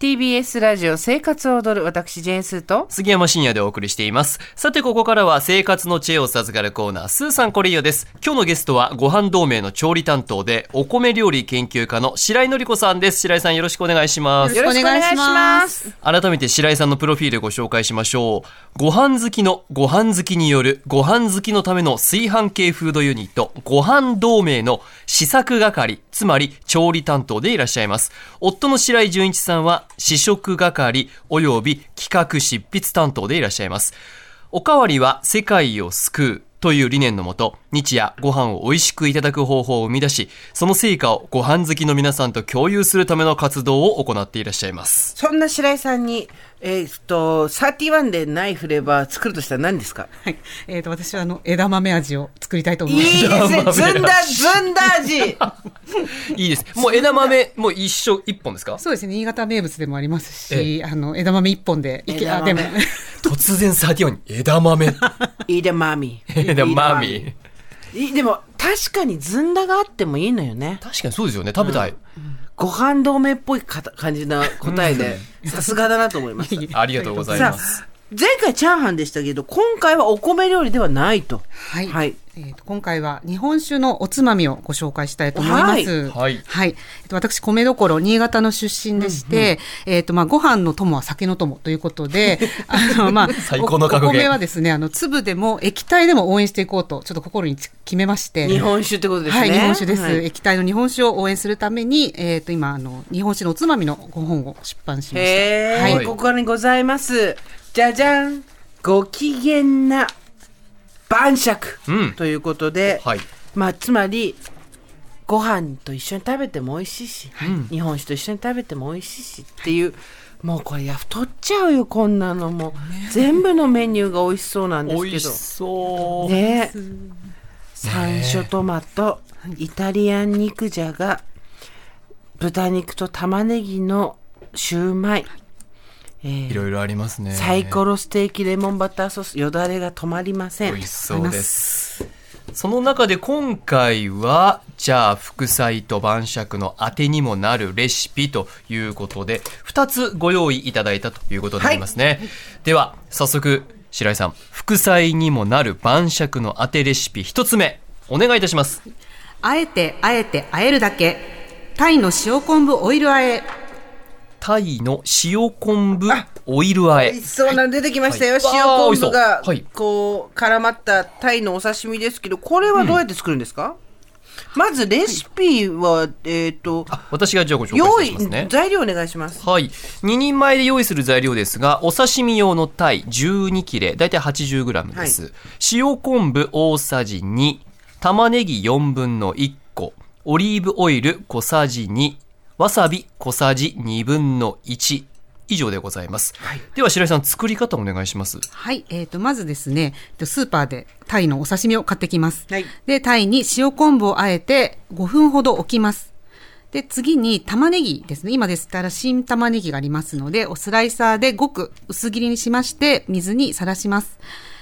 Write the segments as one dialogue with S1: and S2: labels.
S1: TBS ラジオ生活を踊る私ジェーンスーと
S2: 杉山深也でお送りしています。さて、ここからは生活の知恵を授かるコーナー、スーさんコリーヨです。今日のゲストは、ご飯同盟の調理担当で、お米料理研究家の白井のり子さんです。白井さんよろしくお願いします。
S1: よろしくお願いします
S2: 改めて白井さんのプロフィールご紹介しましょう。ご飯好きのご飯好きによるご飯好きのための炊飯系フードユニット、ご飯同盟の試作係、つまり調理担当でいらっしゃいます。夫の白井純一さんは試食係及び企画執筆担当でいらっしゃいます。おかわりは世界を救う。という理念のもと、日夜ご飯を美味しくいただく方法を生み出し、その成果をご飯好きの皆さんと共有するための活動を行っていらっしゃいます。
S1: そんな白井さんにえーっと31でないフレーバー作るとしたら何ですか
S3: はい。えっ、と、私はあの、枝豆味を作りたいと思
S1: い
S3: い
S1: い
S3: ま。
S1: ですすねずんだずんだ味
S2: いいです。もう枝豆、もう一緒、一本ですか
S3: そうですね。新潟名物でもあります
S2: え
S3: し、あの、枝豆一本で、いけ
S1: 枝
S3: あ、
S1: 豆
S3: でも、
S2: 突然サティオに枝豆。
S1: いいでマミ
S2: 枝豆。
S1: いいでも確かにずんだがあってもいいのよね
S2: 確かにそうですよね。食べたい。
S1: ご飯同盟っぽいかた感じな答えでさすがだなと思いました
S2: ありがとうござい
S1: さあ
S2: ます。
S1: 前回チャーハンでしたけど今回はお米料理ではないと
S3: はい。
S1: はい
S3: えーと今回は日本酒のおつまみをご紹介したいと思います。
S2: はいはい
S3: えっと私、米どころ、新潟の出身でして、えっと、まあ、ご飯の友は酒の友というこ とで、あの、まあ、
S2: 最高の格言
S3: おお米はですね、あの、粒でも液体でも応援していこうと、ちょっと心に決めまして。
S1: 日本酒ってことですね
S3: はい、日本酒です。
S1: はい
S3: 液体の日本酒を応援するために、えっ、と、今、あの、日本酒のおつまみの5本を出版しました。
S1: へ
S3: は
S1: え、
S3: い。
S1: ここにございます。じゃじゃんご機嫌な晩酌、
S2: うん
S1: ということで、
S2: はい
S1: まあつまりご飯と一緒に食べても美味しいし、日本酒と一緒に食べても美味しいしっていう、もうこれや太っちゃうよこんなのもう全部のメニューが美味しそうなんです
S2: 美味
S1: け
S2: し
S1: ど。
S2: そう。
S1: ねえ山椒トマト、イタリアン肉じゃが豚肉と玉ねぎのシューマイ、えー
S2: いろいろありますね。
S1: サイコロステーキレモンバターソースよだれが止まりませ
S2: 美
S1: ん
S2: 味しそうです。その中で今回は、じゃあ、副菜と晩酌のあてにもなるレシピということで、2つご用意いただいたということになりますね。では、早速、白井さん、副菜にもなる晩酌のあてレシピ1つ目、お願いいたします。
S3: あえて、あえて、あえるだけ。タイの塩昆布オイルあえ。
S2: タイの塩昆布オイル和
S1: 美
S2: え
S1: 味。しそうなの出てきましたよ、
S2: はい
S1: 塩
S2: わあ美
S1: 昆
S2: 味しそ
S1: 布
S2: う
S1: が
S2: はい
S1: こう絡まったタイのお刺身ですけどこれはどうやって作るんですか、まずレシピは、えっ、と
S2: 私がじゃあご紹
S1: 用
S2: 介し
S1: 意
S2: ますね。
S1: 材料お願いします
S2: はい。2人前で用意する材料ですが、お刺身用のタイ12切れ、だいたい 80g です。塩昆布大さじ2、玉ねぎ4分の1個、オリーブオイル小さじ2、わさび小さじ2分の1。以上でございます。では白井さん、作り方お願いします。
S3: はい。えっ、と、まずですね、えっとスーパーでタイのお刺身を買ってきます。
S1: はい
S3: で、タイに塩昆布をあえて5分ほど置きます。で、次に玉ねぎですね。今でしたら新玉ねぎがありますので、おスライサーでごく薄切りにしまして、水にさらします。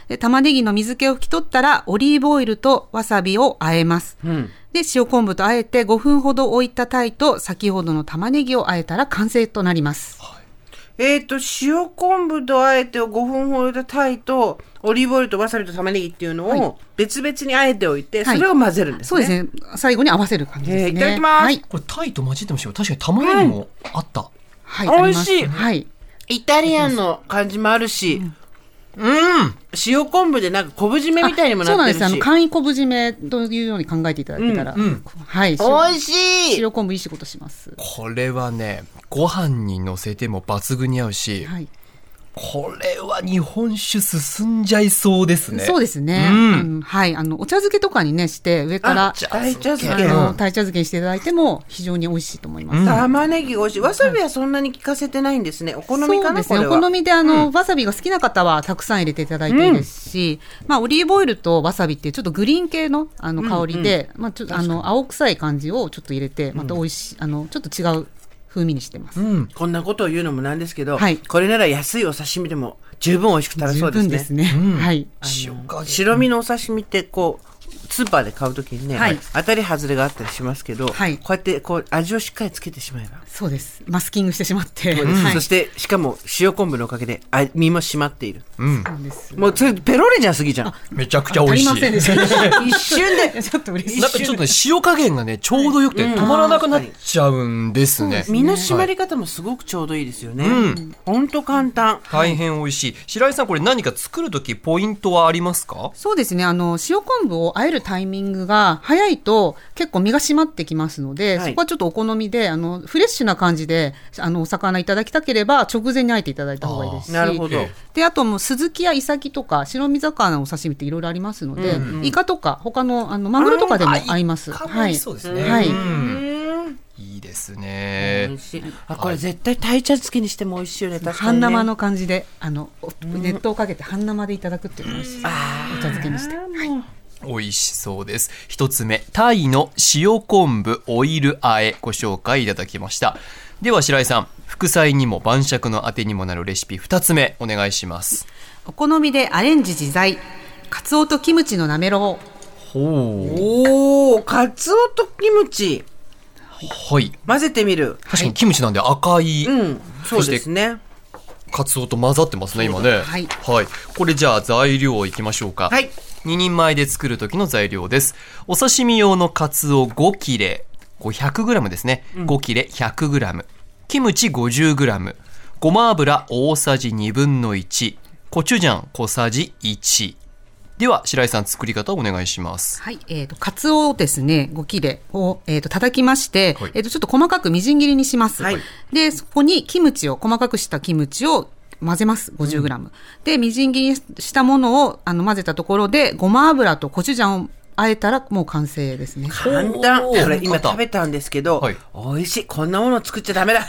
S3: で、玉ねぎの水気を拭き取ったら、オリーブオイルとわさびをあえます。で、塩昆布とあえて5分ほど置いたタイと、先ほどの玉ねぎをあえたら完成となります。
S1: えっ、と塩昆布とあえてを5分ほど入れたタイとオリーブオイルとわさびと玉ねぎっていうのを別々にあえておいて、
S3: はい
S1: それを混ぜるんですね
S3: そうですね。最後に合わせる感じで
S1: え
S3: すね。
S1: ーいただきます
S3: はい
S2: これタイと混じってましたよ。確かに玉ねぎもあった。
S3: はい、
S1: 美味
S3: あります
S1: しい
S3: はい。
S1: イタリアンの感じもあるし、うん、塩昆布でなんか昆布締めみたいにもな
S3: そう
S1: っ
S3: なん
S1: てる
S3: です。あの、
S1: し。
S3: 簡易昆布締めというように考えていただけたら、はい。
S1: 美味しい
S3: 白昆布いい仕事します。
S2: これはね、ご飯に乗せても抜群に合うし、
S3: はい。
S2: これは日本酒進んじゃいそうですね。
S3: そうですね、
S2: うん
S3: うんはい。あの、お茶漬けとかにね、して、上から、
S2: じゃあ
S1: 大茶漬
S3: あ
S1: け。
S3: の、鯛茶漬けにしていただいても、非常に美味しいと思います。
S1: 玉ねぎが美味しい。わさびはそんなに効かせてないんですね。お好みかな、こ
S3: そうですね。
S1: れ
S3: お好
S1: は。
S3: みで、あの、わさびが好きな方は、たくさん入れていただいていいですし、まあ、オリーブオイルとわさびって、ちょっとグリーン系の、あの、香りで、まあ、ちょっと、あの、青臭い感じをちょっと入れて、また美味しい、あの、ちょっと違う風味にしてます。
S1: こんなことを言うのもなんですけど、
S3: はい
S1: これなら安いお刺身でも十分美味しく食べ
S3: 十
S1: そうです
S3: 分
S1: ね。
S3: ですね。はい。
S2: 塩加減
S1: 白身のお刺身ってこう、スーパーで買うときにね、
S3: はい
S1: 当たり外れがあったりしますけど、
S3: はい
S1: こうやってこう味をしっかりつけてしまえば、
S3: そうです。マスキングしてしまって。はい
S1: そしてしかも塩昆布のおかげであ身も締まっている、
S3: そうなんです。
S1: もうそれペロリじゃすぎじゃん
S2: めちゃくちゃ美味しい。
S3: 足りませんでした。
S1: 一瞬で
S3: ちょっと嬉しい。
S2: なんかちょっとね、塩加減がね、ちょうどよくて止まらなくなっちゃうんですね。
S1: 身の締まり方もすごくちょうどいいですよね、ほんと簡単
S2: 大変美味しい。白井さん、これ何か作るときポイントはありますか
S3: そうですね。あの、塩昆布を和えるタイミングが早いと結構身が締まってきますので、
S1: はい
S3: そこはちょっとお好みで、あの、フレッシュな感じで、あの、お魚いただきたければ直前に和えていただいた方がいいですし。
S1: なるほど、
S2: え
S3: で、あともう、鈴木やイサキとか、白身魚のお刺身っていろいろありますので、イカとか、他の、あの、マグロとかでも合います。
S2: か
S3: は
S2: わい
S3: い。
S2: そうですね。
S3: はい
S2: うんいいですね
S1: 美味。しいあこれ絶対鯛茶漬けにしても美味しいよね確かに、
S3: 半
S1: ね、
S3: 生の感じで、あの、お熱湯をかけて半生でいただくっていうのが美味しいです。お茶漬けにして。
S2: 美味しそうです。一つ目、タイの塩昆布オイル和えご紹介いただきました。では白井さん、副菜にも晩酌のあてにもなるレシピ二つ目お願いします。
S3: お好みでアレンジ自在。カツオとキムチのなめろう。
S2: ほ
S1: おおかつおとキムチ
S2: う。はい。
S1: 混ぜてみる
S2: 確かにキムチなんで赤い
S1: うんそうですね
S2: カツオと混ざってますね、今ね。
S3: はい
S2: これじゃあ材料いきましょうか。
S1: はい
S2: 2人前で作る時の材料です。お刺身用のカツオ5切れ、500g ですね。5切れ 100g。キムチ 50g。ごま油大さじ2分の1。コチュジャン小さじ1。では、白井さん作り方をお願いします。
S3: はい。えっ、と、カツオをですね、5切れを、えっ、と、叩きまして、
S2: はい
S3: えっ、と、ちょっと細かくみじん切りにします。
S1: はい
S3: で、そこにキムチを、細かくしたキムチを混ぜます。50g。で、みじん切りしたものを、あの、混ぜたところで、ごま油とコチュジャンを和えたら、もう完成ですね。
S1: 簡単
S2: おー
S1: これ今
S2: 簡単
S1: 食べたんですけど、
S2: はい
S1: 美味しいこんなもの作っちゃダメだ
S3: あ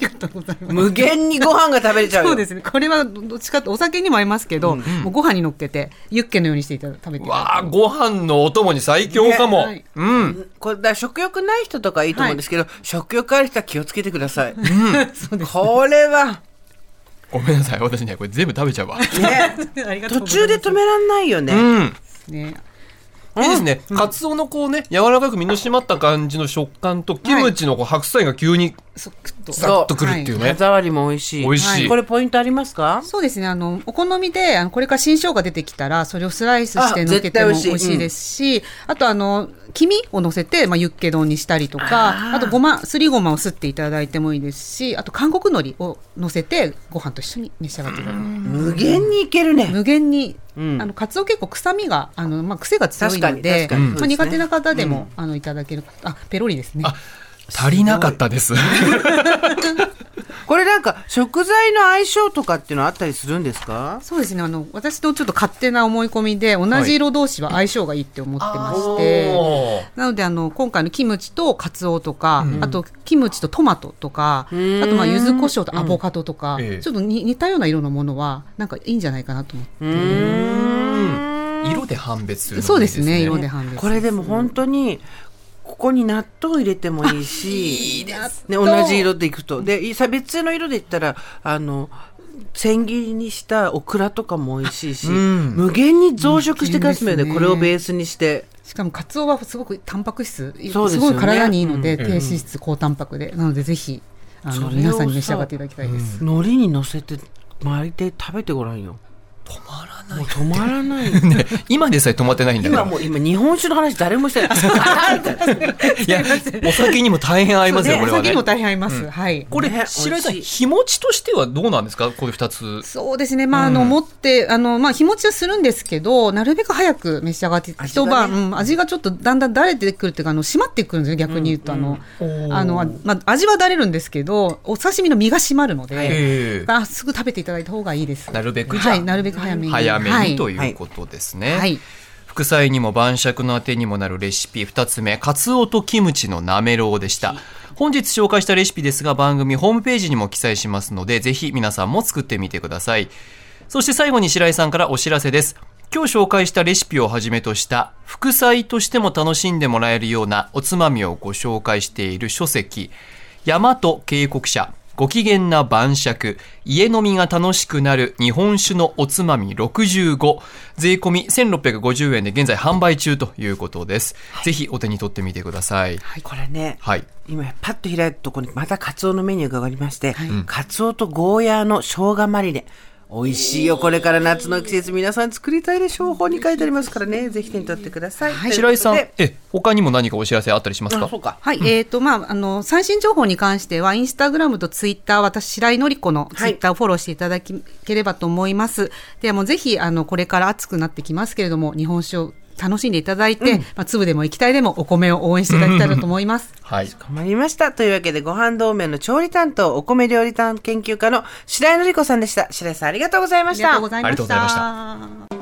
S3: りがとうございます。
S1: 無限にご飯が食べれちゃうよ
S3: そうですね。これは、どっちかって、お酒にも合いますけど、もうご飯に乗っけて、ユッケのようにしていただ食べていただ
S2: わあ、ご飯のお供に最強かも。
S3: ねはい
S2: うん。
S1: これだから食欲ない人とかいいと思うんですけど、食欲ある人は気をつけてください、
S3: く。そうで す。
S1: これは
S2: ごめんなさい。私ね、これ全部食 べちゃう わ。
S1: ね
S3: ありがとう
S1: 途
S3: ござ
S1: 中
S3: いま
S1: です止めらんないよね、
S2: うん。
S3: ね。
S2: いいですね、カツオのこうね柔らかく身の締まった感じの食感とキムチのこう白菜が急に
S3: そくっと
S2: サッとくるっていうね、
S1: 歯触りも美味しい
S2: 美味しい
S1: これポイントありますか
S3: そうですね。あの、お好みで、あの、これから新生姜出てきたら、それをスライスして乗っけて
S1: あ絶対美
S3: も
S1: 味しい
S3: 美味しいですし、あとあの、黄身を乗せて、まあ、ユッケ丼にしたりとか、あとごま、すりごまをすっていただいてもいいですし、あと韓国海苔を乗せて、ご飯と一緒に召し上がっていただく。
S1: 無限にいけるね
S3: 無限に、
S1: うん
S3: あの、カツオ結構臭みが、あの、まあ、癖が強い
S1: 確、か
S3: ので
S1: に確かにうん
S3: まあ、苦手な方でも、あの、いただける、あ、ペロリですね。
S2: あ足りなかったです
S1: これなんか食材の相性とかっていうのあったりするんですか
S3: そうですね。あの、私のちょっと勝手な思い込みで、同じ色同士は相性がいいって思ってまして、
S2: おー
S3: なのであの今回のキムチとカツオとか、あとキムチとトマトとかあとまあ柚子胡椒とアボカドとか、
S2: ええ
S3: ちょっとに似たような色のものはなんかいいんじゃないかなと思って、
S2: うん色で判別するの
S3: そ
S2: も
S3: う
S2: いい
S3: ですね色で判別
S1: これでも本当にここに納豆入れてもいいしね、同じ色でいくとでいさ別の色でいったらあの千切りにしたオクラとかも美味しいし、
S2: ん
S1: 無限に増殖していかすのよね
S3: 無限ですね
S1: これをベースにして
S3: しかもカツオはすごくタンパク質す,、
S1: そうですよね
S3: ごい体にいいので、
S2: うん
S3: 低脂質高タンパクでなのでぜひあ
S1: それを
S3: の
S1: さ
S3: 皆さんに召し上がっていただきたいです、
S1: 海苔に乗せて巻いて食べてごらんよ
S2: 止まらな
S1: もう止まらない
S2: いね今でさえ止まってないんだから
S1: 今もう今日本酒の話誰もしてない
S2: いやお酒にも大変合いますよ、
S3: ね
S2: これは
S3: お酒に
S2: ね
S3: も大変合います、はい
S2: これ、
S1: ね
S2: 白井さん
S1: 美味
S2: 日持ちとしてはどうなんですかこれ二つ
S3: そうですね、まあ、あの、持って、あの、まあ、日持ちはするんですけど、なるべく早く召し上がって、
S1: 味が
S3: 一
S1: ね
S3: 晩、うん味がちょっとだんだんだれてくるっていうか、あの、締まってくるんですよ、逆に言うと、あの、あの、あまあ、味はだれるんですけど、お刺身の身が締まるので、
S2: ええ
S3: あすぐ食べていただいた方がいいです。
S2: なるべくじゃあ
S3: はい、なるべく早めに。
S2: 早めにと
S3: う。
S2: いうことですね、
S3: はい。
S2: 副菜にも晩酌のあてにもなるレシピ2つ目カツオとキムチのなめろうでした本日紹介したレシピですが番組ホームページにも記載しますのでぜひ皆さんも作ってみてくださいそして最後に白井さんからお知らせです今日紹介したレシピをはじめとした副菜としても楽しんでもらえるようなおつまみをご紹介している書籍大和警告者ご機嫌な晩酌、家飲みが楽しくなる日本酒のおつまみ65、税込み1650円で現在販売中ということです。ぜひお手に取ってみてください。
S1: これね、
S2: はい。
S1: 今パッと開いたところにまたカツオのメニューが上がりまして、カツオとゴーヤーの生姜マリネ美味しいよこれから夏の季節皆さん作りたいでしょう本に書いてありますからねぜひ手に取ってください、と
S2: 白
S1: う
S2: 井
S1: こと
S2: さん
S1: で、
S2: え、他にも何かお知らせあったりします
S1: あ
S2: か
S1: そうか
S3: はい、えっ、と、まあ、あの、最新情報に関しては、インスタグラムとツイッター、私、白井のり子のツイッターをフォローしていただきければと思います。で、もうぜひ、あの、これから暑くなってきますけれども、日本酒を楽しんでいただいて、まあ、粒でも液体でもお米を応援していただけたらと思います。
S2: はい。
S1: 困りましたというわけでご飯同盟の調理担当お米料理担研究家の白井のり子さんでした白井さんありがとうございま
S3: あ
S1: し
S3: りが
S1: た
S3: とうござ
S2: ありがとうございました
S3: いました。